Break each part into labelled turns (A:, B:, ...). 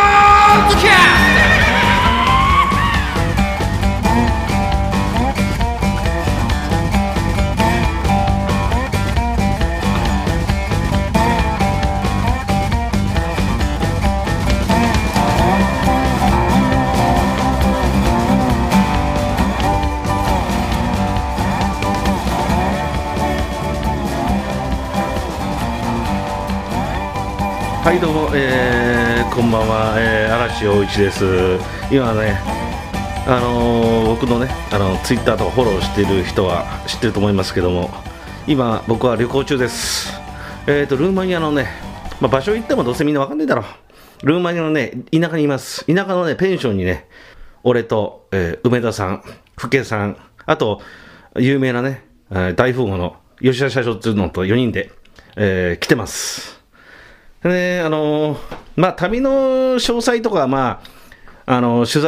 A: ッドキャス
B: はいどうも、えーこんばんは、えー嵐陽一です今ねあのー僕のねあのツイッターとかフォローしてる人は知ってると思いますけども今僕は旅行中ですえっ、とルーマニアのね、まあ、場所行ってもどうせみんなわかんねえだろルーマニアのね田舎にいます田舎のねペンションにね俺と、えー梅田さん福家さんあと有名なねえー大富豪の吉田社長っていうのと4人で、えー来てますねあのーまあ、旅の詳細とかは、まあ、あのー取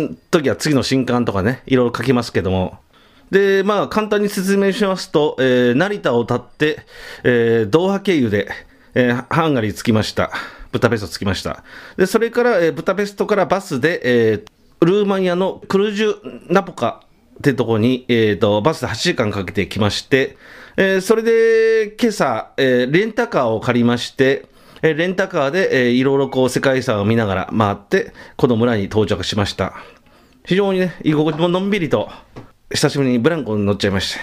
B: 材の時は次の新刊とかね、いろいろ書きますけども、でまあ、簡単に説明しますと、えー成田を立って、えードーハ経由で、えーハンガリー着きました、ブタペスト着きました、でそれから、えーブタペストからバスで、えールーマニアのクルジュナポカってとこに、えー、とバスで8時間かけてきまして、えーそれで今朝、えーレンタカーを借りまして、えーレンタカーで、えーいろいろこう世界遺産を見ながら回ってこの村に到着しました非常にね居心地ものんびりと久しぶりにブランコに乗っちゃいました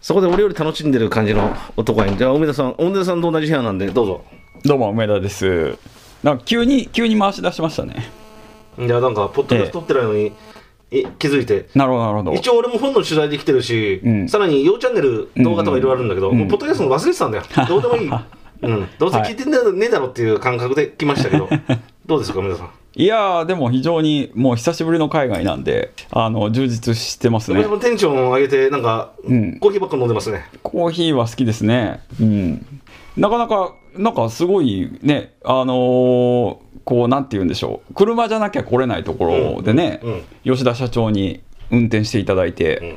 B: そこで俺より楽しんでる感じの男がいるじゃあ梅田さん梅田さんと同じ部屋なんでどうぞ
C: どうも梅田ですなんか急に急に回し出しましたね
B: いやなんかポッドキャスト撮ってないのに、え気づいて
C: なるほどなるほど
B: 一応俺も本の取材できてるし、
C: うん
B: さらに「よチャンネル」動画とかいろいろあるんだけど、
C: ん
B: もうポッドキャストも忘れてたんだよどうでもい い、うん、どうせ聞いてねえだろっていう感覚で来ました けどどうですか皆さん
C: いやーでも非常にもう久しぶりの海外なんであの充実してますね
B: 私もテンションを上げてなんか、
C: ん
B: コーヒーばっか飲んでますね
C: コーヒーは好きですねうんなかなかなんかすごいねあのーこうなんて言うんでしょう車じゃなきゃ来れないところでね、
B: うん
C: 吉田社長に運転していただいて、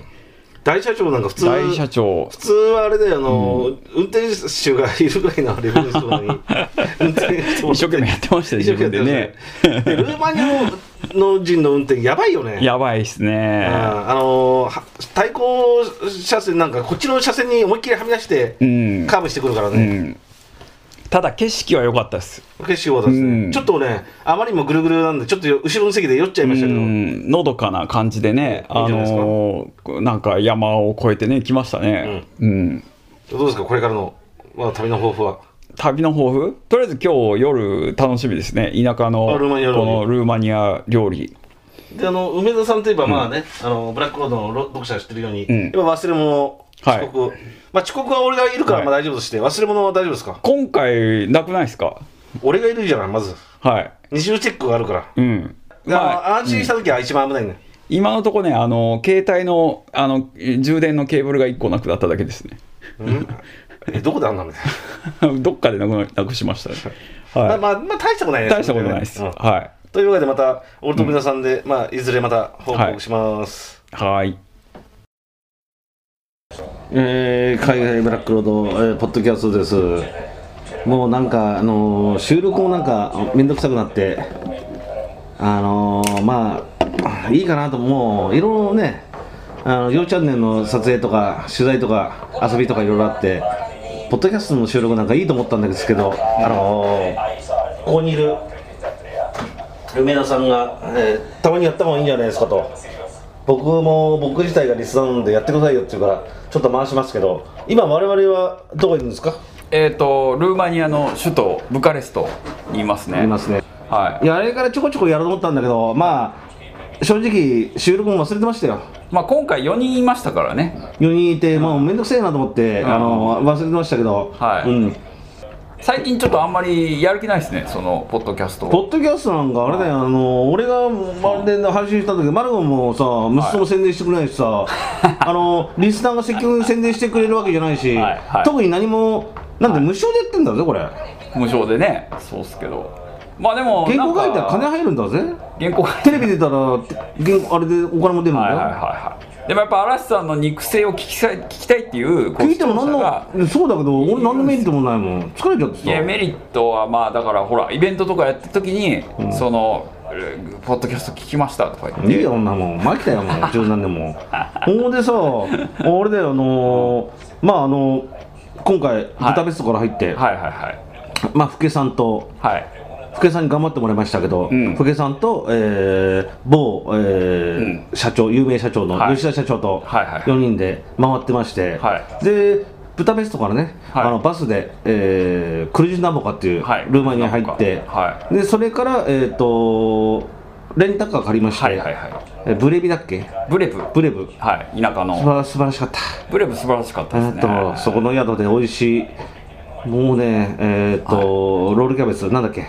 B: 大社長なんか普通
C: 大社長
B: 普通はあれだよあの、運転手がいるぐらいのレベルの人なのに 運転手も
C: 一生懸命やってましたね
B: 一生
C: 自
B: 懸
C: 分
B: 命
C: でね
B: やってますねでルーマニアの人の運転やばいよね
C: やばいっすね
B: あーあのーは対向車線なんかこっちの車線に思いっきりはみ出して
C: うん
B: カーブしてくるから
C: う
B: ね、
C: んただ景色は良かったです
B: 結構ですね、
C: うん
B: ちょっとねあまりにもぐるぐるなんでちょっと後ろの席で酔っちゃいましたけど、
C: うんのどかな感じでね、
B: いいん
C: あ
B: じゃないですか
C: のーなんか山を越えてね、来ましたね。うん
B: どうですかこれからの、まあ、旅の抱負は
C: 旅の抱負とりあえず今日夜楽しみですね。田舎の
B: あ
C: こ
B: ルーマニア料理
C: のルーマニア料理。
B: であの梅田さんといえばまあね、あのブラックロードのろ読者知ってるように、
C: ん
B: やっぱ忘れ物遅刻、まあ、遅刻は俺がいるから
C: はい
B: まあ大丈夫として、忘れ物は大丈夫ですか
C: 今回なくないですか
B: 俺がいるじゃないまず
C: はい。
B: 二重チェックがあるから、
C: うん。
B: で
C: まあ、
B: あの安心した時は一番危ないね、
C: 今のとこね、あの、携帯の、あの、充電のケーブルが1個なくなっただけですね。
B: うんえどこであんなのね
C: どっかでなくななくしましたね。
B: まあ、
C: は
B: まあ、まあ、大したことない
C: い。
B: です、
C: 大したことないです。
B: うん
C: は
B: というわけでまた俺と皆さんで、まあいずれまた報告します、
C: い。はい。
B: えー海外ブラックロード、えーポッドキャストですもうなんか、あのー収録もなんかめんどくさくなってあのーまあいいかなともういろいろねあのようチャンネルの撮影とか取材とか遊びとかいろいろあってポッドキャストの収録なんかいいと思ったんですけどあのーここにいる梅田さんが、えーたまにやった方がいいんじゃないですかと僕も僕自体がリスナーなんでやってくださいよっていうからちょっと回しますけど今我々はどこにいるんですか
C: えー、とルーマニアの首都ブカレストにいますね
B: いますね
C: はい
B: いやあれからちょこちょこやろうと思ったんだけどまあ正直収録も忘れてましたよ
C: まあ、今回4人いましたからね
B: 4人いてもう面倒くせえなと思って、
C: ん
B: あの忘れてましたけど、
C: はい
B: うん、
C: 最近ちょっとあんまりやる気ないですねそのポッドキャスト
B: ポッドキャストなんかあれだよ、あの俺がまるで配信した時マルゴンもさ息子も宣伝してくれないしさ、あのリスナーが積極的に宣伝してくれるわけじゃないし、
C: はいはい
B: 特に何もなんで無償でやってんだぜこれ
C: 無償でねそうっすけどまあでも
B: 原稿書いたら金
C: なんか
B: 入るんだぜ
C: 原稿書いて
B: テレビ出たら原稿あれでお金も出るんだよ、
C: はいはいはいはいでもやっぱ嵐さんの肉声を聞きたい聞きたいっていうこう
B: 聞いても
C: 視聴者が
B: 何のそうだけど俺何のメリットもないもん疲れちゃって
C: いや
B: さ
C: メリットはまあだからほらイベントとかやった時に、そのえーポッドキャスト聞きましたとか言って
B: いいよ女もん負けたよも う十何年もほんでさ俺だよあのーまああの今回ブタペストから入って、
C: はいはいはい
B: まあ福江さんと
C: はい
B: 福江さんに頑張ってもらいましたけど、
C: うん
B: 福江さんと、えー某、えー社長有名社長の
C: はい
B: 吉田社長と
C: はいはい
B: 4人で回ってまして、
C: は
B: でブタペストからね、
C: はい
B: あのバスで、えークルジュナボカっていうル
C: はい
B: ーマニアに入って、
C: は
B: でそれから、えー、とレンタカー借りまして、
C: はいはいは
B: えーブレビだっけ
C: いブレブ
B: ブレブ
C: はい田舎
B: 素晴
C: の
B: ら素晴らしかった、
C: ブレブ素晴らしかった
B: え
C: です
B: ー
C: ね
B: っとそこの宿で美味しいもうねえーっと、ロールキャベツなんだっけ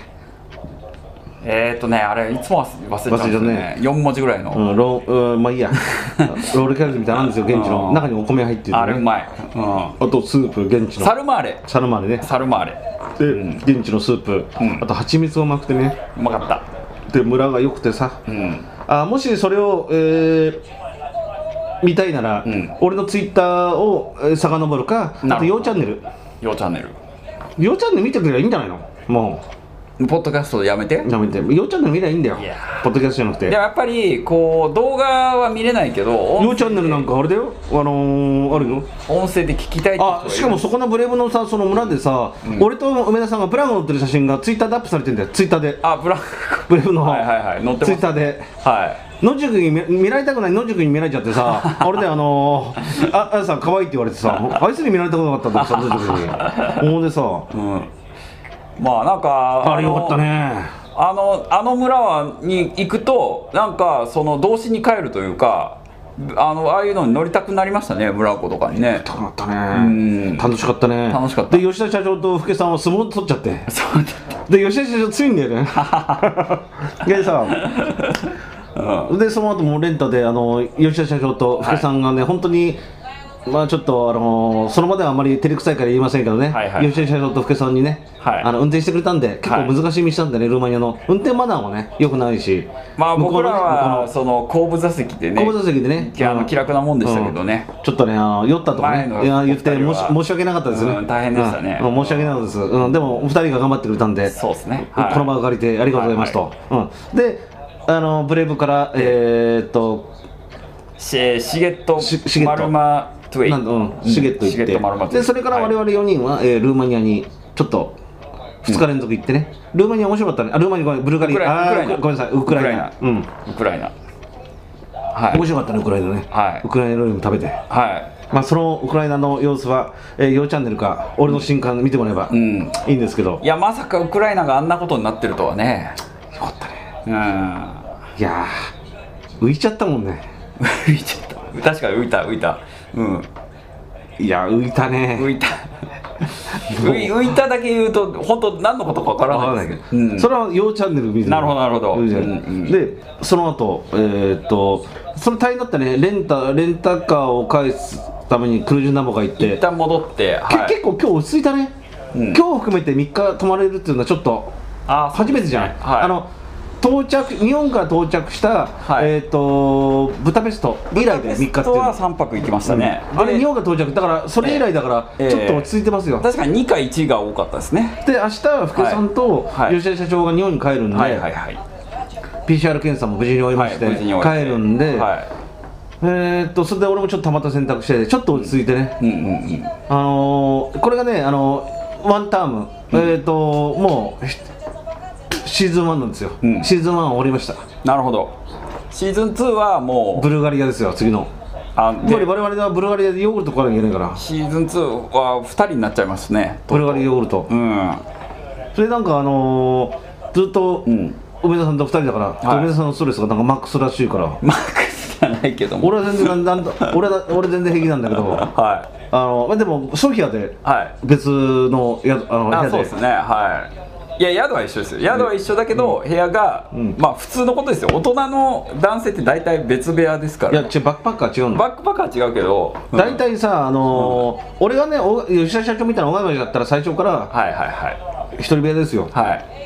C: えー、っとねあれいつも忘れ忘れちゃうんです
B: 忘
C: よ
B: れちゃ
C: ね4文字ぐらいの、
B: うん、ロー、うん、まあいい やロールキャベツみたいなのあるんですよ現地
C: う
B: の
C: ん
B: 中にお米入ってる
C: あ
B: の
C: れう
B: ね
C: まい、う
B: あとスープ現地
C: ん、サ
B: の
C: ルマーレ
B: サルマーレね
C: サルマーレ
B: で、現地のスープ、あと蜂蜜がうまくてね
C: うまかった
B: で村が良くてさ、
C: うん
B: あもしそれを、えー見たいなら、
C: ん
B: 俺のツイッターをえー遡るかあ
C: な
B: と
C: る
B: よ
C: ほど
B: うチャンネル
C: ようチャンネル
B: ようチャンネル見てくればいいんじゃないのも
C: ポッドキャストやめて
B: うやめてようチャンネル見ればいいんだよ
C: いや
B: ポッドキャストじゃなくて
C: でもやっぱりこう動画は見れないけど音
B: ようチャンネルなんかあれだよあのーあるよ
C: 音声で聞きたいって人がい
B: あ
C: る
B: しかもそこのブレイブのさその村でさ、俺と梅田さんがブラが乗ってる写真がツイッターでアップされてんだよツイッターで
C: あブラック
B: ブレイブの、
C: はいはいはい載ってます
B: ツイッターで
C: はい
B: 野宿に見見られたくない野宿に見られちゃって さ俺であのー、ああやさん可愛いって言われてさあいつに見られたくなかったんだってさ野宿にほんでさ
C: うん まあなんか
B: あれよかったね
C: あのあの村はに行くとなんかその童心に帰るというかあのああいうのに乗りたくなりましたね村子とかにね
B: よ かったね
C: ん
B: 楽しかったね
C: 楽しかった
B: で吉田社長と福家さんは相撲取っちゃって
C: そう
B: で吉田社長強いんだよ ねでさ、でその後もレンタであの吉田社長と福井さんがね、本当にまあちょっとあのその場ではあまり照れくさいから言いませんけどね、
C: はいはい
B: 吉田社長と福井さんにね、
C: はい
B: あの運転してくれたんで結構難しい道なんでね、ルーマニアの運転マナーもね良くないし
C: まあ
B: 向こ
C: 僕
B: うの
C: ら
B: ね
C: はその後部座席でね
B: 向こうの後部座席でね
C: きあの気楽なもんでしたけどね、
B: ちょっとね、あの酔ったとか
C: 前
B: ね
C: の、
B: いや言って
C: お二人
B: 申し
C: は
B: 申し訳なかったですね、
C: うん大変でしたね
B: うんうん申し訳なかったです、うん、でもお二人が頑張ってくれたんで、
C: そうですね、
B: この場を借りてありがとうございますと、うん、であのブレイブからえーっと
C: しシゲット
B: しシゲッ
C: マ
B: ト
C: ルマトゥエイ
B: なんだうんシゲット
C: シゲットマ
B: 行
C: ルマ
B: っ
C: ト
B: て
C: ゥエイ
B: でそれから我々4人は、えールーマニアにちょっと2日連続行ってね、ルーマニア面白かったねあルーマニアごめんブルガリ
C: ウクラ
B: あ
C: イナウクライナ
B: ーごめんなさいウクライナ
C: ウクライ
B: うん
C: ウクライナはい
B: 面白かったねウクライナね、
C: はい
B: ウクライナ料理も食べて
C: は
B: まあそのウクライナの様子は「えー、ようチャンネル」か俺の新刊見てもらえば、
C: ん
B: いいんですけど
C: いいやまさかウクライナがあんなことになってるとはね
B: よかったね
C: うん
B: いやー浮いちゃったもんね
C: 浮いちゃった 確かに浮いた浮いたうん
B: いや浮いたね
C: 浮いた浮い浮いただけ言うと本当何のことかわから
B: わかんな
C: な
B: いい
C: で
B: け
C: す
B: ど、
C: うん
B: それは「要チャンネル」見て
C: なるほどなるほど
B: 見て
C: うんうん
B: でその後えーっとその大変だったねレンタレンタカーを返すためにクルージュナボが行って
C: 一旦戻って
B: け
C: はい
B: 結構今日落ち着いたね、
C: うん
B: 今日含めて3日泊まれるっていうのはちょっと
C: あー
B: 初めてじゃない、
C: はい
B: あの到着日本から到着した、
C: はい
B: えーっとブタペスト以来で3日ってい
C: ゲス
B: う
C: ト
B: の
C: は3泊行きましたね、
B: あれ
C: で
B: 日本が到着だからそれ以来だからち
C: ええ
B: ょっと落ち着いてますよ、
C: 確かに2か1が多かったですね
B: で明日は福井さんと
C: はい
B: 吉田社長が日本に帰るんで、
C: はいはいはい、
B: PCR 検査も無事に終えま
C: はい
B: して、
C: 無事に終わって
B: 帰るんで、
C: はい
B: えーっとそれで俺もちょっとたまった選択してちょっと落ち着いてね、
C: うんうんうん
B: あのーこれがね、あのーワンターム、えーっともうひシーズン1なんですよ、
C: うん
B: シーズン1は終わりました
C: なるほどシーズン2はもう
B: ブルガリアですよ次の
C: あ
B: つまり我々はブルガリアでヨーグルト食わなきゃいけないから
C: シーズン2は2人になっちゃいますね
B: ブルガリアヨーグルト、
C: うん
B: それなんかあのーずっと、
C: ん
B: 梅田さんと2人だから、
C: はい
B: 梅田さんのストレスがなんかマックスらしいから
C: マックスじゃないけども
B: 俺は全然なんだ俺は俺全然平気なんだけどあ
C: はい
B: のまあでもソフィアで
C: はい
B: 別のやあの部
C: あ
B: 屋で
C: そうですねはいいや宿は一緒ですよ宿は一緒だけど、部屋が、まあ普通のことですよ大人の男性って大体別部屋ですか
B: いや
C: ら
B: 違うバックパッカーは違うの
C: バックパックは違うけど、うん
B: 大体さあのー俺がねお吉田社長みたいな大金持ちだったら最初から
C: はいはいはい
B: 一人部屋ですよ
C: は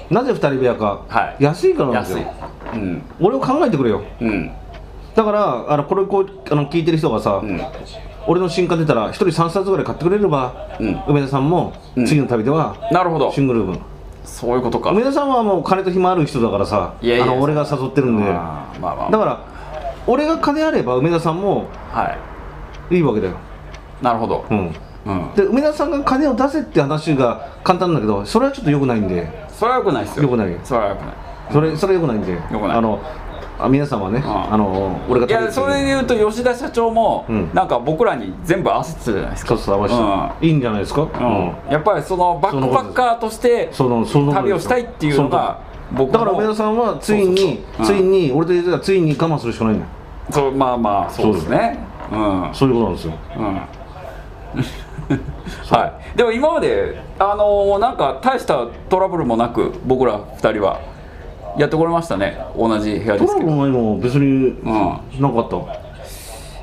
C: い
B: なぜ二人部屋か、
C: はい
B: 安いからなんです
C: 安い
B: よ
C: うん
B: 俺を考えてくれよ
C: うん
B: だからあのこれこうあの聞いてる人がさ、
C: ん
B: 俺の新刊出たら一人3冊ぐらい買ってくれれば、
C: うん
B: 梅田さんも
C: うん
B: 次の旅では
C: なるほど
B: シングルーム、
C: そういうことか
B: 梅田さんはもう金と暇ある人だからさ
C: いやいや
B: あの俺が誘ってるんでだ
C: あーまあまあ
B: から俺が金あれば梅田さんも
C: はい
B: いわけだよ、
C: なるほど
B: うん、
C: うん
B: で梅田さんが金を出せって話が簡単なんだけどそれはちょっと良くないんで
C: それはよくないですよ
B: 良くないよ
C: それはよくない
B: それそれ良くないんで
C: くない
B: あのあ皆さんはね、
C: ん
B: あの俺が
C: いやそれで言うと吉田社長も、
B: うん
C: なんか僕らに全部合わせてたじゃないですか
B: 一つ合わせて、いいんじゃないですか、う
C: うん
B: ん
C: やっぱりそのバックパッカーとして
B: そのその
C: 旅をしたいっていうのが僕
B: だから梅田さんはついに
C: そうそう
B: つ
C: そう
B: いに俺と言ってたらついに我慢するしかないんだよ
C: そうまあまあそうですねうんうん
B: そういうことなんですよ
C: はいでも今まであのーなんか大したトラブルもなく僕ら2人はやってこれましたね同じ部屋
B: ト
C: です
B: ラ
C: け
B: ブ
C: ど
B: ルも今別に
C: う
B: なかった、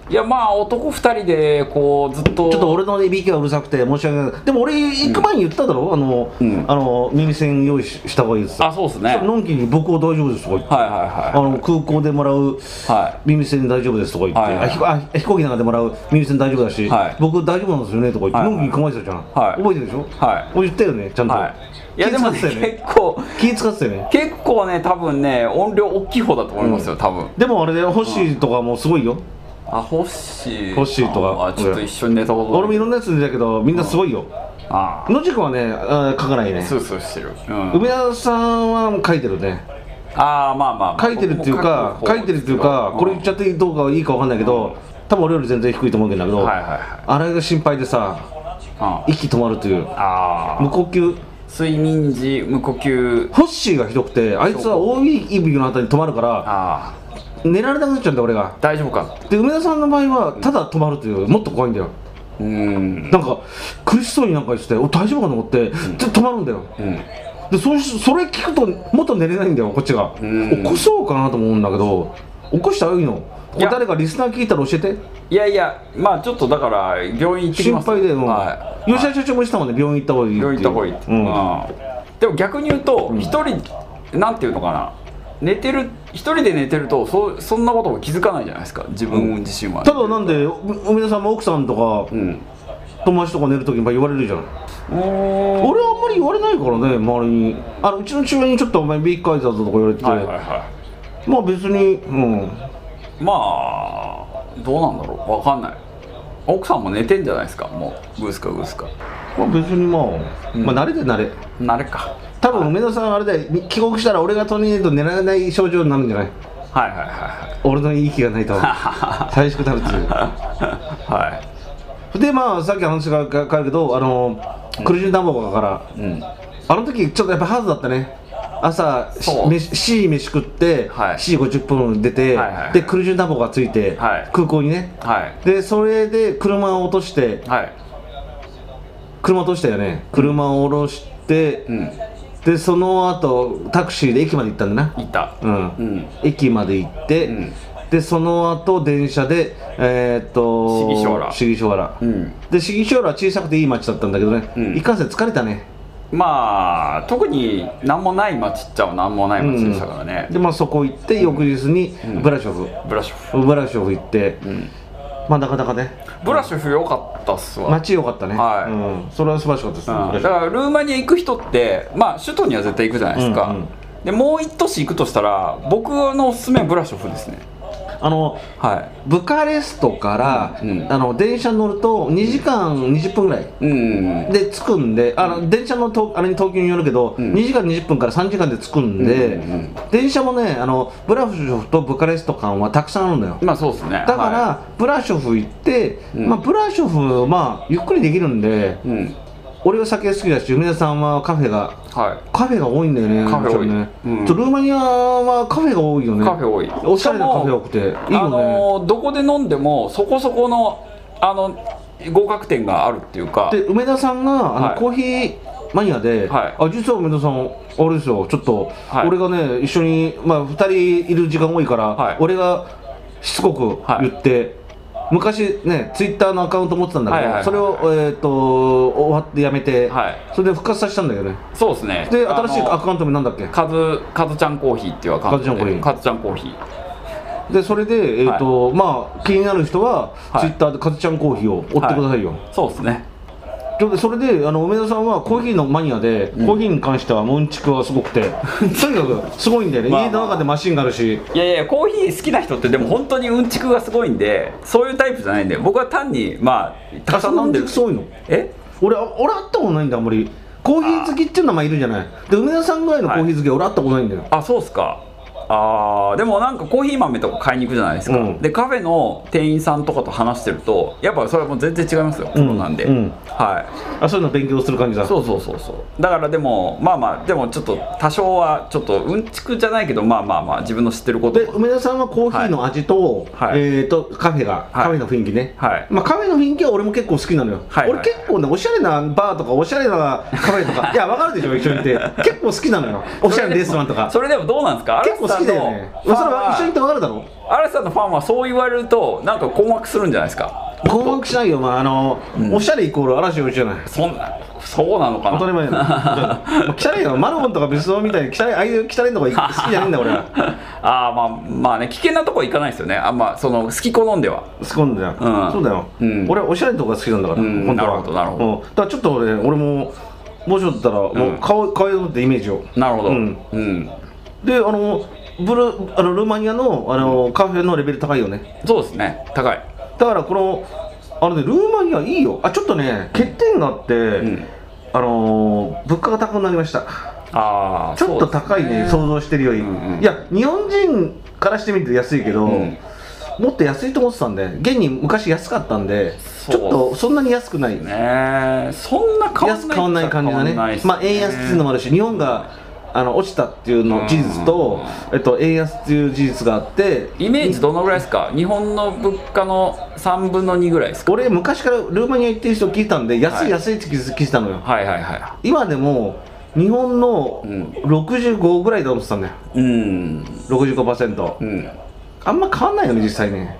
C: いやまあ男2人でこうずっと
B: ちょっと俺のいびきがうるさくて申し訳ないでも俺行く前に言っただろ、あの、
C: うん
B: あの耳栓用意しした方がいいです
C: あそうですねはい
B: のんきに僕は大丈夫ですとか言って
C: はい
B: あ
C: は
B: の空港でもらう
C: いは
B: 耳栓大丈夫ですとか言って、
C: はいは
B: あ
C: い
B: 飛行あ飛行機なんかでもらう耳栓大丈夫だし、
C: はい
B: 僕大丈夫なんですよねとか言って、
C: はい
B: のんきに構えてたじゃん、
C: はい
B: 覚えてるでしょ、
C: はい
B: 俺言ったよねちゃん
C: い
B: と、
C: はいいやでもね
B: 気遣ってたよね
C: 結構
B: 気使ってたよね
C: 結構ね多分ね音量大きい方だと思いますよ多分
B: でもあれでホッシーとかもすごいよ、
C: あホッシー
B: ホッシーとか
C: あちょっと一緒に寝たことない
B: 俺もいろんなやつ出たけどみんなすごいよ、
C: あ
B: 野宿はねあー書かないね
C: スースーしてる、うん
B: 梅田さんは書いてるね
C: ああまあまあまあ
B: 書いてるっていうか書いてるっていうかこれ言っち
C: ゃ
B: ゃっていいどうかいいかわかんないけど多分俺より全然低いと思うけど、
C: はいはいはい
B: あれが心配でさ
C: あ
B: 息止まるという
C: あ
B: 無呼吸
C: 睡眠時無呼吸
B: ホッシーがひどくてあいつは大いいびきのあたりに止まるから
C: ああ
B: 寝られなくなっちゃうんだよ俺が
C: 大丈夫か
B: で梅田さんの場合はただ止まるというもっと怖いんだよ
C: うーん
B: なんか苦しそうになんかしてお大丈夫かと思って、で止まるんだよ
C: うん
B: でそうしそれ聞くともっと寝れないんだよこっちが起
C: ん
B: こそうかなと思うんだけど起こしたらいいのこ
C: い
B: れ
C: や
B: 誰かリスナー聞いたら教えて
C: いやいやまあちょっとだから病院行ってき
B: 心
C: ます
B: 配でもう、
C: はい
B: 吉田社長も言ってたもんね病院行った方がいいって
C: 病院行った方がいいって、うんでも逆に言うと一人なんていうのかな寝てる一人で寝てるとそそんなことも気づかないじゃないですか自分自身は、
B: ただなんでう梅田さんも奥さんとか、
C: うん
B: 友達とか寝るときに言われるじゃん、俺はあんまり言われないからね周りにあのうちの父親にちょっとお前ビッグアイザーだとか言われて、
C: はいはいは
B: まあ別にうん
C: いまあどうなんだろうわかんない奥さんも寝てんじゃないですかもうグースかグースか
B: まあ別にまあ、まあ慣れて慣れ
C: 慣れか
B: 多分梅田さんあれだよ帰国したら俺が隣にいると寝られない症状になるんじゃない
C: はいはいは
B: 俺の息が ないと寂しくなるってい
C: い はいは
B: うでまあさっき話が変わるけどあの苦しんだもんだから、
C: い、うん、
B: あの時ちょっとやっぱハードだったね朝し
C: そう
B: 飯 C 飯食って、
C: はい
B: C50 分出て、
C: はいはい
B: でクルジュンダボがついて、
C: はい
B: 空港にね
C: はい
B: でそれで車を落として
C: はい
B: 車落としたよね車を降ろして、
C: うん
B: でその後タクシーで駅まで行ったんだな
C: 行った
B: うん
C: うん
B: 駅まで行って、
C: ん
B: でその後電車でえーっと
C: 四季小羅
B: 四季小原、
C: うん
B: で四季小羅は小さくていい町だったんだけどね、
C: うん
B: いかんせん疲れたね
C: まあ特に何もない街っちゃ何もない街でしたからね、
B: でまあそこ行って翌日にブラショフ、
C: ブラショフ
B: ブラショフ行って、まあなかなかね
C: ブラショフ良かったっすわ、
B: 街良かったね、
C: はい
B: うん、それは素晴らしかったですね、ブラ
C: うん
B: シ
C: だ
B: ョフ
C: からルーマニア行く人ってまあ首都には絶対行くじゃないですか、
B: うんうん
C: でもう一都市行くとしたら僕のおすすめはブラショフですね
B: あの
C: は
B: ブカレストから、
C: うんうん
B: あの電車に乗ると2時間20分ぐらい
C: いうん
B: で着くんであの、電車のとあれに東京によるけど、
C: ん
B: 2時間20分から3時間で着くんで、
C: うんうんうん
B: 電車もねあのブラショフとブカレスト間はたくさんあるんだよ
C: まあそうですね
B: だから、
C: は
B: ブラショフ行って、
C: うん
B: まあ、ブラショフまあゆっくりできるんで、
C: い、うん
B: 俺は酒好きだし梅田さんはカフェが
C: は
B: カフェが多いんだよね
C: カフェ多い
B: ね、
C: うん
B: ちょルーマニアはカフェが多いよ
C: い
B: ね
C: カフェ多い
B: おしゃれなカフェ多くていいよね、
C: あのーどこで飲んでもそこそこのあの合格点があるっていうか
B: で梅田さんがあの、
C: はい
B: コーヒーマニアで、
C: はい
B: あ実は梅田さんあれですよちょっと、
C: はい
B: 俺がね一緒にまあ2人いる時間多いから、
C: はい
B: 俺がしつこく言って、昔ねツイッターのアカウント持ってたんだけど、
C: はいはいはい
B: それを、えー、と終わってやめて、
C: はい
B: それで復活させたんだよね
C: そうですね
B: で新しい
C: あの
B: アカウント名なんだっけ
C: カズカズちゃんコーヒーっていうアカウン
B: カズ
C: ト
B: ちゃんコーヒ
C: で
B: ー
C: カズちゃんコーヒー
B: でそれで、えーとまあ、気になる人は、
C: はい
B: ツイッターでかずちゃんコーヒーを追ってくださいよ、
C: そうですね
B: ちょっとそれであの梅田さんはコーヒーのマニアで、コーヒーに関してはもんちくはすごくてとにかくすごいんだよね、
C: まあまあ
B: 家の中でマシンがあるし
C: いやいやコーヒー好きな人ってでも本当にうんちくがすごいんでそういうタイプじゃないんで僕は単にまあたくさん飲んでる
B: あそんなに強いの
C: え
B: 俺あ俺会ったことないんだあんまりコーヒー好きっていう名前いるじゃないで梅田さんぐらいのコーヒー好き、俺会ったことないんだよ
C: あそうっすかあーでもなんかコーヒー豆とか買いに行くじゃないですか、
B: うん
C: でカフェの店員さんとかと話してるとやっぱそれはもう全然違いますよプロなんで、
B: うんうん
C: はい
B: あそういうの勉強する感じだ
C: そうそうそうそうだからでもまあまあでもちょっと多少はちょっとうんちくじゃないけどまあまあまあ自分の知ってること
B: で梅田さんはコーヒーの味と,、
C: はい
B: えー、とカフェが、カフェの雰囲気ね、
C: はい
B: まあ、カフェの雰囲気は俺も結構好きなのよ、
C: はいはい
B: 俺結構ねおしゃれなバーとかおしゃれなカフェ とかいやわかるでしょ一緒に行って結構好きなのよおしゃれなレストランとか
C: それでもどうなんですか
B: 結構好きだよね
C: 嵐
B: それ
C: さんのファン
B: は一緒に行ってわかるだろ
C: 嵐さんのファンはそう言われるとなんか困惑するんじゃないですか
B: 困惑しないよ、まああのおしゃれイコール嵐を一緒じゃない
C: そんなそうなのかな
B: 当たり 前やなもう汚いよマルモンとか別荘みたいに汚いああいう汚いのが好きじゃ ないんだ俺は
C: ああまあまあね危険なとこ行かないですよねあんまその好き好んでは
B: 好きなんだよ、
C: うん
B: そうだよ、
C: うん
B: 俺はおしゃれなとこが好きなんだから、
C: うん
B: 本当は
C: なるほどなるほど
B: うんだからちょっと俺俺ももうちょっとだったら、もう顔顔色ってイメージを
C: なるほど
B: う
C: うんん、
B: であのブルあのルーマニアのあの、カフェのレベル高いよね
C: そうですね高い
B: だからこのあのねルーマニアいいよあちょっとね欠点があって、
C: ん
B: あの物価が高くなりました
C: ああ
B: ちょっと高いね想像してるより、
C: うんうん
B: いや日本人からしてみると安いけど、
C: うん
B: もっと安いと思ってたんで現に昔安かったんでち
C: そう
B: ょっとそんなに安くない
C: ねえそんな変わんないっ
B: 安
C: ち
B: く
C: ゃ
B: 変わんない感じだね
C: 変わんないっす
B: まあ円安っていうのもあるし日本があの落ちたっていうの事実と、えっと、円安っていう事実があって
C: イメージどのぐらいですか日本の物価の3分の2ぐらいですか
B: 俺昔からルーマニア行ってる人聞いたんで安
C: はいい
B: 安いって聞いてたのよ、
C: はいはいは
B: 今でも日本の
C: うん
B: 65ぐらいだと思ってたんだよ
C: いうん
B: 65%、
C: うん
B: あんま変わんないよね実際ね、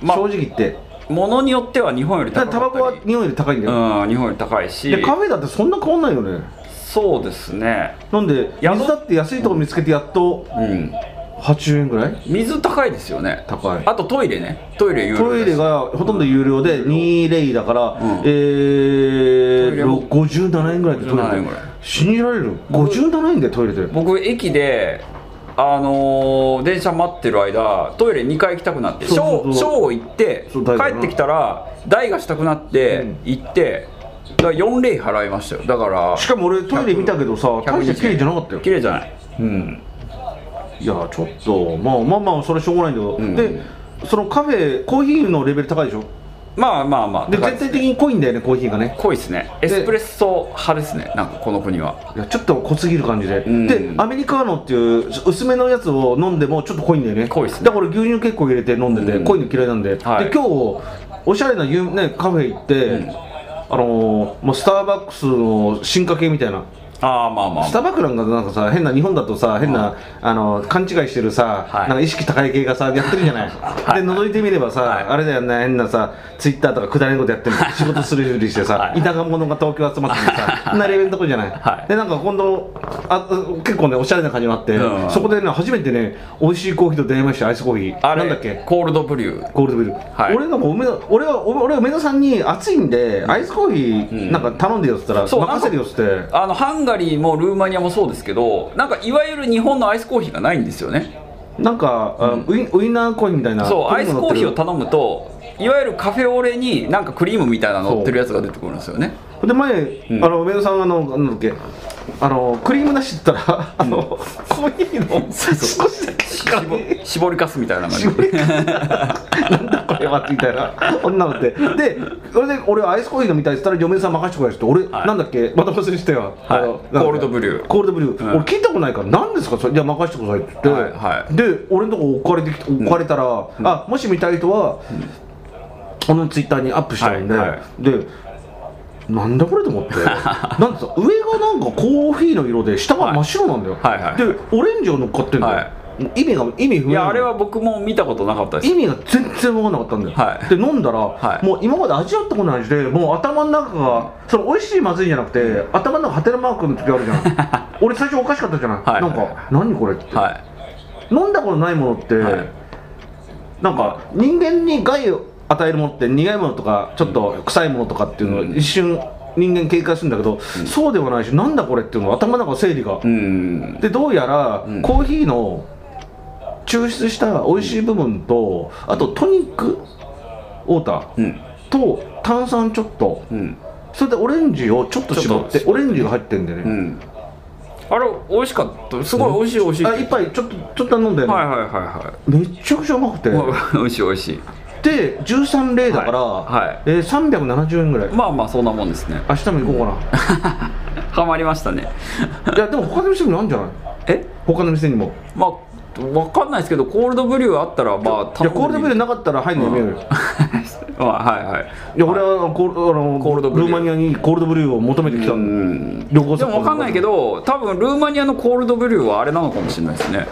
C: まあ
B: 正直言って
C: ものによっては日本より
B: だか
C: 高からっ
B: タバコ
C: たり
B: は日本より高いんだよ、
C: うん日本より高いし
B: でカフェだってそんな変わんないよね
C: そうですね
B: なんで
C: 宿
B: 水だって安いとこ見つけてやっと
C: うん
B: 80円ぐらい
C: 水高いですよね
B: 高い
C: あとトイレねトイレ有料
B: トイレがほとんど有料で2レイだから、
C: ん
B: え
C: トイ
B: ー、
C: レも
B: ろ57円ぐらいでトイレ
C: 57円ぐらい
B: 信じられる57円でトイレで
C: 僕駅であのー電車待ってる間トイレ2回行きたくなって
B: そうそうそう
C: ショーショーを行って
B: そうだよな
C: 帰ってきたら台がしたくなって
B: うん
C: 行って、だから4例払いましたよだから
B: しかも俺トイレ見たけどさ大して綺麗じゃなかったよ
C: 綺麗じゃないうん
B: いやちょっとまあまあまあそれしょうがないんだけど、
C: ん
B: でそのカフェコーヒーのレベル高いでしょ
C: まあまあまあ
B: で
C: 高い
B: 全
C: です
B: 体的に濃いんだよねコーヒーがね
C: 濃いですねエスプレッソ派ですねなんかこの国はい
B: やちょっと濃すぎる感じで、
C: ん
B: でアメリカーノっていう薄めのやつを飲んでもちょっと濃いんだよね
C: 濃いっすね
B: だから俺牛乳結構入れて飲んでて、
C: うん
B: 濃いの嫌いなんで、
C: はい
B: で今日おしゃれな有、ね、カフェ行って、
C: ん
B: あのーもうスターバックスの進化系みたいな
C: ああまあまあ
B: スターバックなんかなんかさ変な日本だとさ変な、あの勘違いしてるさ、
C: はい
B: なんか意識高い系がさやってるじゃ ない、で覗いてみればさ、
C: はい
B: あれだよね変なさツイッターとかくだらないことやってる仕事するふりしてさ、
C: はい
B: 田舎者が東京集まっててさそんなレベルのとこじゃない、
C: はい
B: でなんか今度あ結構ねおしゃれな感じがあって、
C: うん
B: そこでね初めてね美味しいコーヒーと出会いましたアイスコーヒー
C: あれ
B: なんだっけ
C: コールドブリュー
B: ゴールドビル、
C: い
B: 俺なんか梅田俺は俺俺は梅田さんに暑いんでアイスコーヒーなんか頼んでよっつったら、
C: そう
B: 任せるよっつって
C: あのハンガリーもルーマニアもそうですけどなんかいわゆる日本のアイスコーヒーがないんですよね
B: なんか、あウインウインナーコーヒーみたいな
C: そうアイスコーヒーを
B: た
C: 頼むといわゆるカフェオレになんかクリームみたいなの乗ってるやつが出てくるんですよね
B: で前、
C: ん
B: あの梅田さんがあのなんだっけあのクリームなしって言ったらあの、コーヒーの少しだけしか
C: 絞絞りかすみたいな感じ
B: 絞りなんだこれはみたいな女の子ってでそれで俺アイスコーヒー飲みたいって言ったら嫁さん任せてくれって俺、
C: はい
B: なんだっけまた忘れしたよ、
C: はい
B: あのなんだっけ
C: コールドブリュー
B: コールドブリュー、
C: うん
B: 俺聞いたことないから何ですかそれじゃあ任せてくださいって言って、
C: はいはい
B: で俺のとこ置かれてき置かれたら、あもし見たい人は、このツイッターにアップしたんで、
C: はいはい
B: でなんだこれと 思ってなんですか上がなんかコーヒーの色で下が真っ白なんだよ、
C: はいはいはい
B: でオレンジが乗っかってんだよ、
C: は
B: 意味が意味不明
C: い
B: なの
C: やあれは僕も見たことなかったです
B: 意味が全然分かんなかったんだよ、
C: はい
B: で飲んだら、
C: はい
B: もう今まで味わったことない味でもう頭の中がそれ美味しいまずいじゃなくて、頭の中ハテナマークの時あるじゃ ん俺最初おかしかったじゃない、
C: はい
B: なんか何これって、
C: は
B: 飲んだことないものって、
C: はい
B: なんか人間に害を与えるものって苦いものとかちょっと臭いものとかっていうのを一瞬人間警戒するんだけど、そうではないしなんだこれっていうのが頭の中の整理が、
D: うん
B: でどうやら
D: うん
B: コーヒーの抽出した美味しい部分と、あとトニックウォーター
D: うん
B: と炭酸ちょっと
D: うん
B: それでオレンジをちょっと絞っ
C: ちょ
B: て
C: っ
B: オレンジが入ってんでね、
D: うん
C: あれ美味しかったすごい美味しい美味しい
B: あ一杯ちょっとちょっと飲んだよね、
C: はいはいは
B: めっちゃくちゃうまくて、
C: いはい美味しい美味しい
B: で13例だから、
C: はいはい
B: えー370円ぐらい
C: まあまあそんなもんですね
B: 明日も行こうか
C: ハマりましたね
B: ないやでも他の店にもあるんじゃない
C: え
B: 他の店にも
C: まあわかんないですけどコールドブリューあったらまあ
B: いやコールドビュー
C: ー
B: なかったら入んのやめようよ、い
C: まあはいはい
B: や俺はコールあの
C: コールドブリュー
B: ルーマニアにコールドブリューを求めてきた、
C: うん
B: 旅行先
C: でもわかんないけど多分ルーマニアのコールドブリューはあれなのかもしれないですね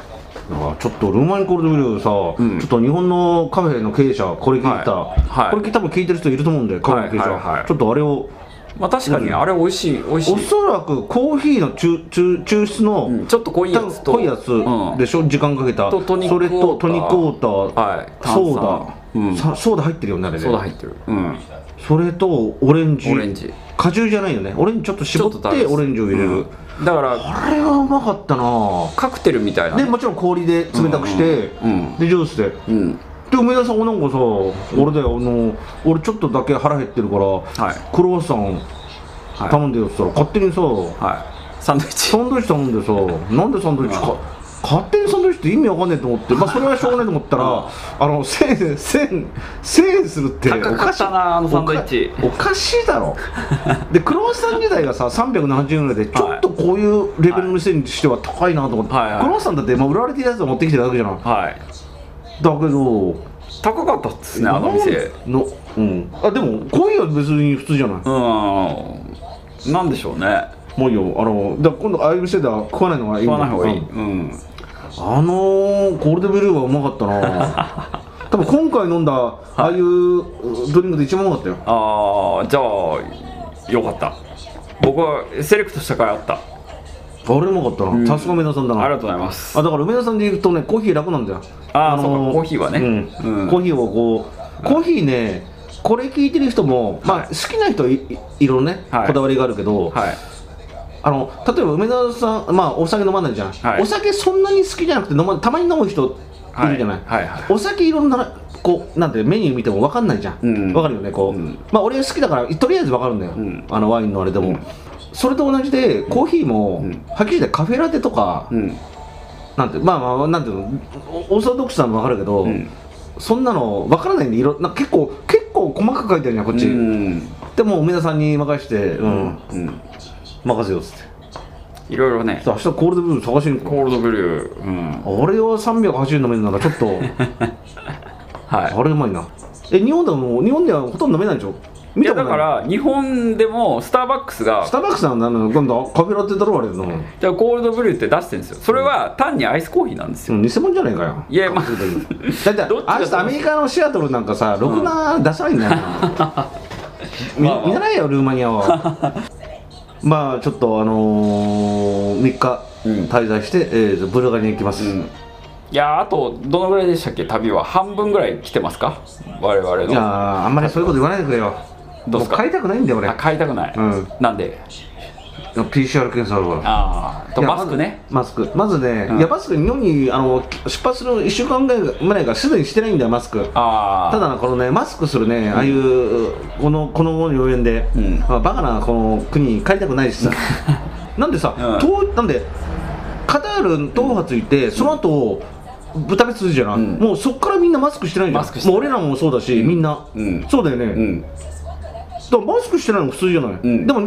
B: あちょっとルーマニアコールドブリューさ、
C: うん
B: ちょっと日本のカフェの経営者これ聞いた、
C: はいはい
B: これ多分聞いてる人いると思うんでカフェの経営者、
C: はいはいはい
B: ちょっとあれを
C: まあ確かにあれ美味しい美味しい
B: おそらくコーヒーの抽抽抽出の、
C: うんちょっと濃いやつと
B: 濃いやつ
C: うん
B: でしょ、時間かけた
C: とトニック
B: それと
C: ウォーター
B: トニックウォーター、
C: はい炭酸
B: ソーダ、
C: うん
B: さソーダ入ってるよねあれね
C: ソーダ入ってるうん
B: それとオレンジ
C: オレンジ
B: 果汁じゃないよねオレンジちょっと絞
C: ちょっ
B: っ
C: と食べ
B: て
C: ます
B: オレンジを入れる、
C: うんだから
B: あれはうまかったな
C: カクテルみたいな
B: で
C: ね
B: もちろん氷で冷たくして、
C: うんうんうん
B: でジュースで
C: うん
B: で梅田さんがなんかさ俺だよあの俺ちょっとだけ腹減ってるから、
C: い
B: クロワッサン
C: はい
B: 頼んでよって言ったら勝手にさ、
C: はいサンドイッチ
B: サンドイッチ頼んでさ、なんでサンドイッチか、勝手にサンドイッチって意味わかんねえと思って、まあ、それはしょうがないと思ったら、あの1000円、1000 1000円するって、
C: 高かったなあのサンドイッチ
B: おかおかしいだろ、 で、クロワッサン自体がさ、370円ぐらいで、ちょっとこういうレベルの店にしては高いなと思って、
C: はいはい
B: クロワッサンだって、まあ、売られてるやつを持ってきてるだけじゃない。だ
C: はい
B: けど、
C: 高かったっすねあの店
B: の、うん、あでも、こういうのは別に普通じゃない、
C: うんなんでしょうね
B: もういいよ、あのだから今度、ああいう店では食わないのがいい
C: 食
B: んだ
C: わない方がいい
B: うん
C: うん
B: あのー、コールドブルーはうまかった な多分今回飲んだああいうドリンクで一番うまかったよ
C: ああじゃあよかった僕はセレクトしたからあった
B: あれうまかったな、さすが梅田さんだな
C: ありがとうございます
B: あだから梅田さんで言うとねコーヒー楽なんだよ
C: あーそうかコーヒーはね
B: うん
C: うん
B: コーヒーをこうコーヒーねこれ聞いてる人も、まあ、好きな人はいいいろいろね、
C: はい
B: こだわりがあるけど、
C: はい
B: あの例えば梅田さん、まあ、お酒飲まないじゃん、
C: はい
B: お酒そんなに好きじゃなくて飲またまに飲む人いるじゃない、
C: はいはいはい
B: お酒いろんなこうなんてメニュー見ても分かんないじゃん、
C: うん
B: 分かるよねこう、
C: うん
B: まあ俺好きだからとりあえず分かるんだよ、
C: ん
B: あのワインのあれでも、
C: うん
B: それと同じでコーヒーも、
C: ん
B: はっきり言ってカフェラテとか、
C: うん
B: なんてまあまあなんていうのオーソドックスなの分かるけど、
C: うん
B: そんなの分からないんでいろなんか結構結構細かく書いてあるじゃんこっち、
C: うん
B: でもう梅田さんに任して、うん
C: うん
B: 任せようっつって
C: いろいろね
B: 明日コールドブルー探しに行こう
C: コールドブリューうん
B: あれは380円飲めるならちょっと
C: は
B: あれうまいなえ日本でも日本ではほとんど飲めないでしょ
C: いい
B: 見
C: や
B: たこ
C: だ
B: とない
C: から日本でもスターバックスが
B: スターバックスなんだの今度カフェラテだろあれの、うん、
C: じゃあコールドブリューって出してるんですよそれは単にアイスコーヒーなんですよ
B: 偽物じゃないかよ
C: いやまあ
B: だって
C: どっちが
B: あれさアメリカのシアトルなんかさろくな出さないんだ よ、み
C: まあまあ
B: 見習えよルーマニア はまあちょっとあのー、3日
C: うん
B: 滞在して、えーブルガリアに行きます、
C: うんいやーあとどのぐらいでしたっけ旅は半分ぐらい来てますか我
B: い
C: 々
B: やー
C: の
B: あんまりそういうこと言わないでくれよ
C: どうっすか
B: も買いたくないんだよ俺
C: あ買いたくない、
B: うん
C: なんで
B: PCR 検査あるから
C: ああと
B: いや
C: マスクね
B: まずマスクまずね、
C: うん
B: いやマスク日本にあの出発する1週間ぐらい前からすでにしてないんだよマスク
C: ああ
B: ただなこのねマスクするね、ああいうこのこの要因で、
C: うん
B: まあ、バカなこの国に帰りたくないし さなんでさ、
C: うん
B: 東なんでカタールのドーハ着いて、その後ブタペストじゃない、
C: うん
B: もうそこからみんなマスクしてないじゃん
C: マスクしてない
B: もう俺らもそうだし、みんな、
C: うん
B: そうだよね、
C: うん
B: だからマスクしてないのが普通じゃない、
C: ん
B: でもそ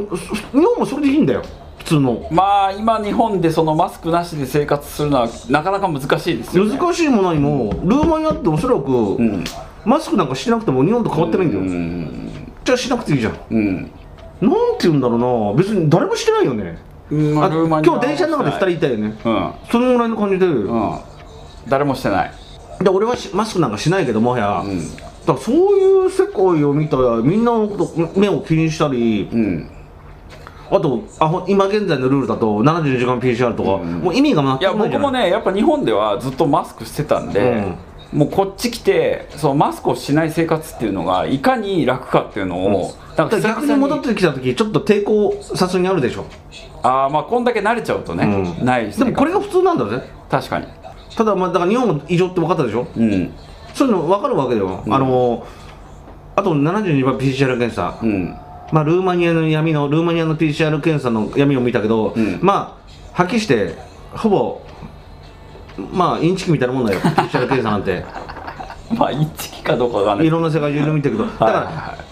B: 日本もそれでいいんだよ普通の
C: まあ今日本でそのマスクなしで生活するのはなかなか難しいですよ、ね、
B: 難しいも何もルーマニアっておそらく、
C: ん
B: マスクなんかしてなくても日本と変わってないんだよ、じゃあしなくていいじゃんなんて
C: うん、
B: 言うんだろうな別に誰もしてないよね、
C: うん
B: あ今日電車の中で2人いたよね
C: うん
B: そのぐらいの感じで,、
C: うん誰もしてない
B: で俺はしマスクなんかしないけどもはや、
C: ん
B: だからそういう世界を見たらみんなのこと目を気にしたり
C: うん
B: あとあほ今現在のルールだと72時間 PCR とか、もう意味が全
C: いや
B: くないじ
C: 僕
B: ゃな
C: も
B: い
C: ねやっぱ日本ではずっとマスクしてたんで、
B: うん
C: もうこっち来てそのマスクをしない生活っていうのがいかに楽かっていうのを、なん
B: だから逆に戻ってきた時ちょっと抵抗さすがにあるでしょ
C: ああまあこんだけ慣れちゃうとね、
B: うん
C: ないです
B: でもこれが普通なんだよね
C: 確かに
B: ただまあだから日本も異常って分かったでしょ
C: うん
B: そういうの分かるわけだよ、あのあと72番 PCR 検査、
C: うん
B: まあ、ルーマニアの闇のルーマニアの PCR 検査の闇を見たけど、
C: ん
B: まあはっきりしてほぼまあインチキみたいなもんだよ PCR 検査なん て
C: まあ一気かどうかわかんない
B: いろんな世界中で見てるけどだか
C: はいは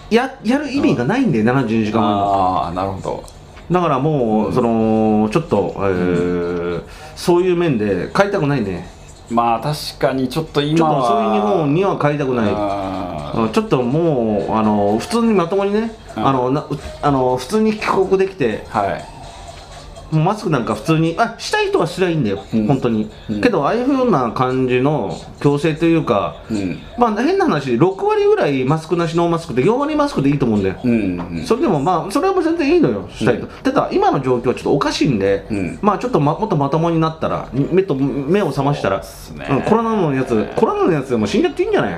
C: い
B: らややる意味がないんだよ72時間前の
C: ああなるほど
B: だからもう、そのちょっと、えーそういう面で買いたくないね
C: まあ確かにちょっと
B: ちょ
C: 今
B: っとそういう日本には買いたくない
C: あー
B: うんちょっともうあの普通にまともにね、
C: うん
B: あのなあの普通に帰国できて
C: はい
B: もうマスクなんか普通にあしたい人はすりゃいいんだよ、
C: うん
B: 本当に、
C: ん
B: けどああいうふうな感じの強制というか、
C: うん
B: まあ変な話6割ぐらいマスクなしノーマスクで4割マスクでいいと思うんだよ、
C: うんうん
B: それでもまあそれはもう全然いいのよしたいと、ただ今の状況はちょっとおかしいんで、
C: うん
B: まあちょっとまもっとまともになったら目と目を覚ましたら
C: そうっすね
B: うんコロナのやつコロナのやつでも死んじゃっていいんじゃない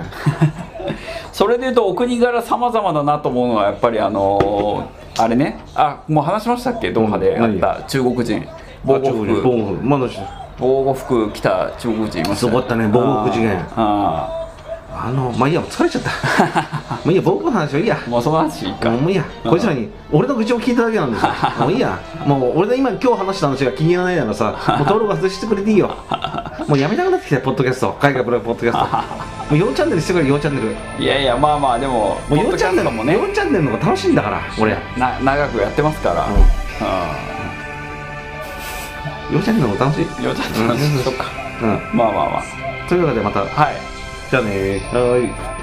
C: それでいうとお国柄様々だなと思うのはやっぱりあのーあれねあもう話しましたっけドーハであ
B: うん
C: った中国人防
B: あ
C: 護
B: 中
C: 服
B: 国人防護服まだし
C: 防護服着た中国人いまし
B: す
C: た
B: ごかったね防護服事件
C: あ
B: あのまあいいや疲れち ゃったまあいいや僕の話はいいや
C: あもうその話いいか
B: もういいや
C: うん
B: こいつらに俺の愚痴を聞いただけ なんですよもういいやもう俺の今今日話した話が気に入らないなら さもう登録外してくれていいよもうやめたくなってきたよポッドキャスト海外プロポッドキャス トもう4チャンネルしてくれ4チャンネル
C: いやいやまあまあでもポ
B: も
C: ッ
B: う4
C: ド
B: チャ
C: キャ
B: ンネ
C: ス
B: ル
C: トもね
B: 4チャンネルの方が楽しいんだから俺
C: な長くやってますから
B: うん
C: う
B: 4チャンネルの方が楽しいうん
C: んよちゃった話しとくかまあまあま
B: というわけでまた
C: あはい
B: じゃあねーはーい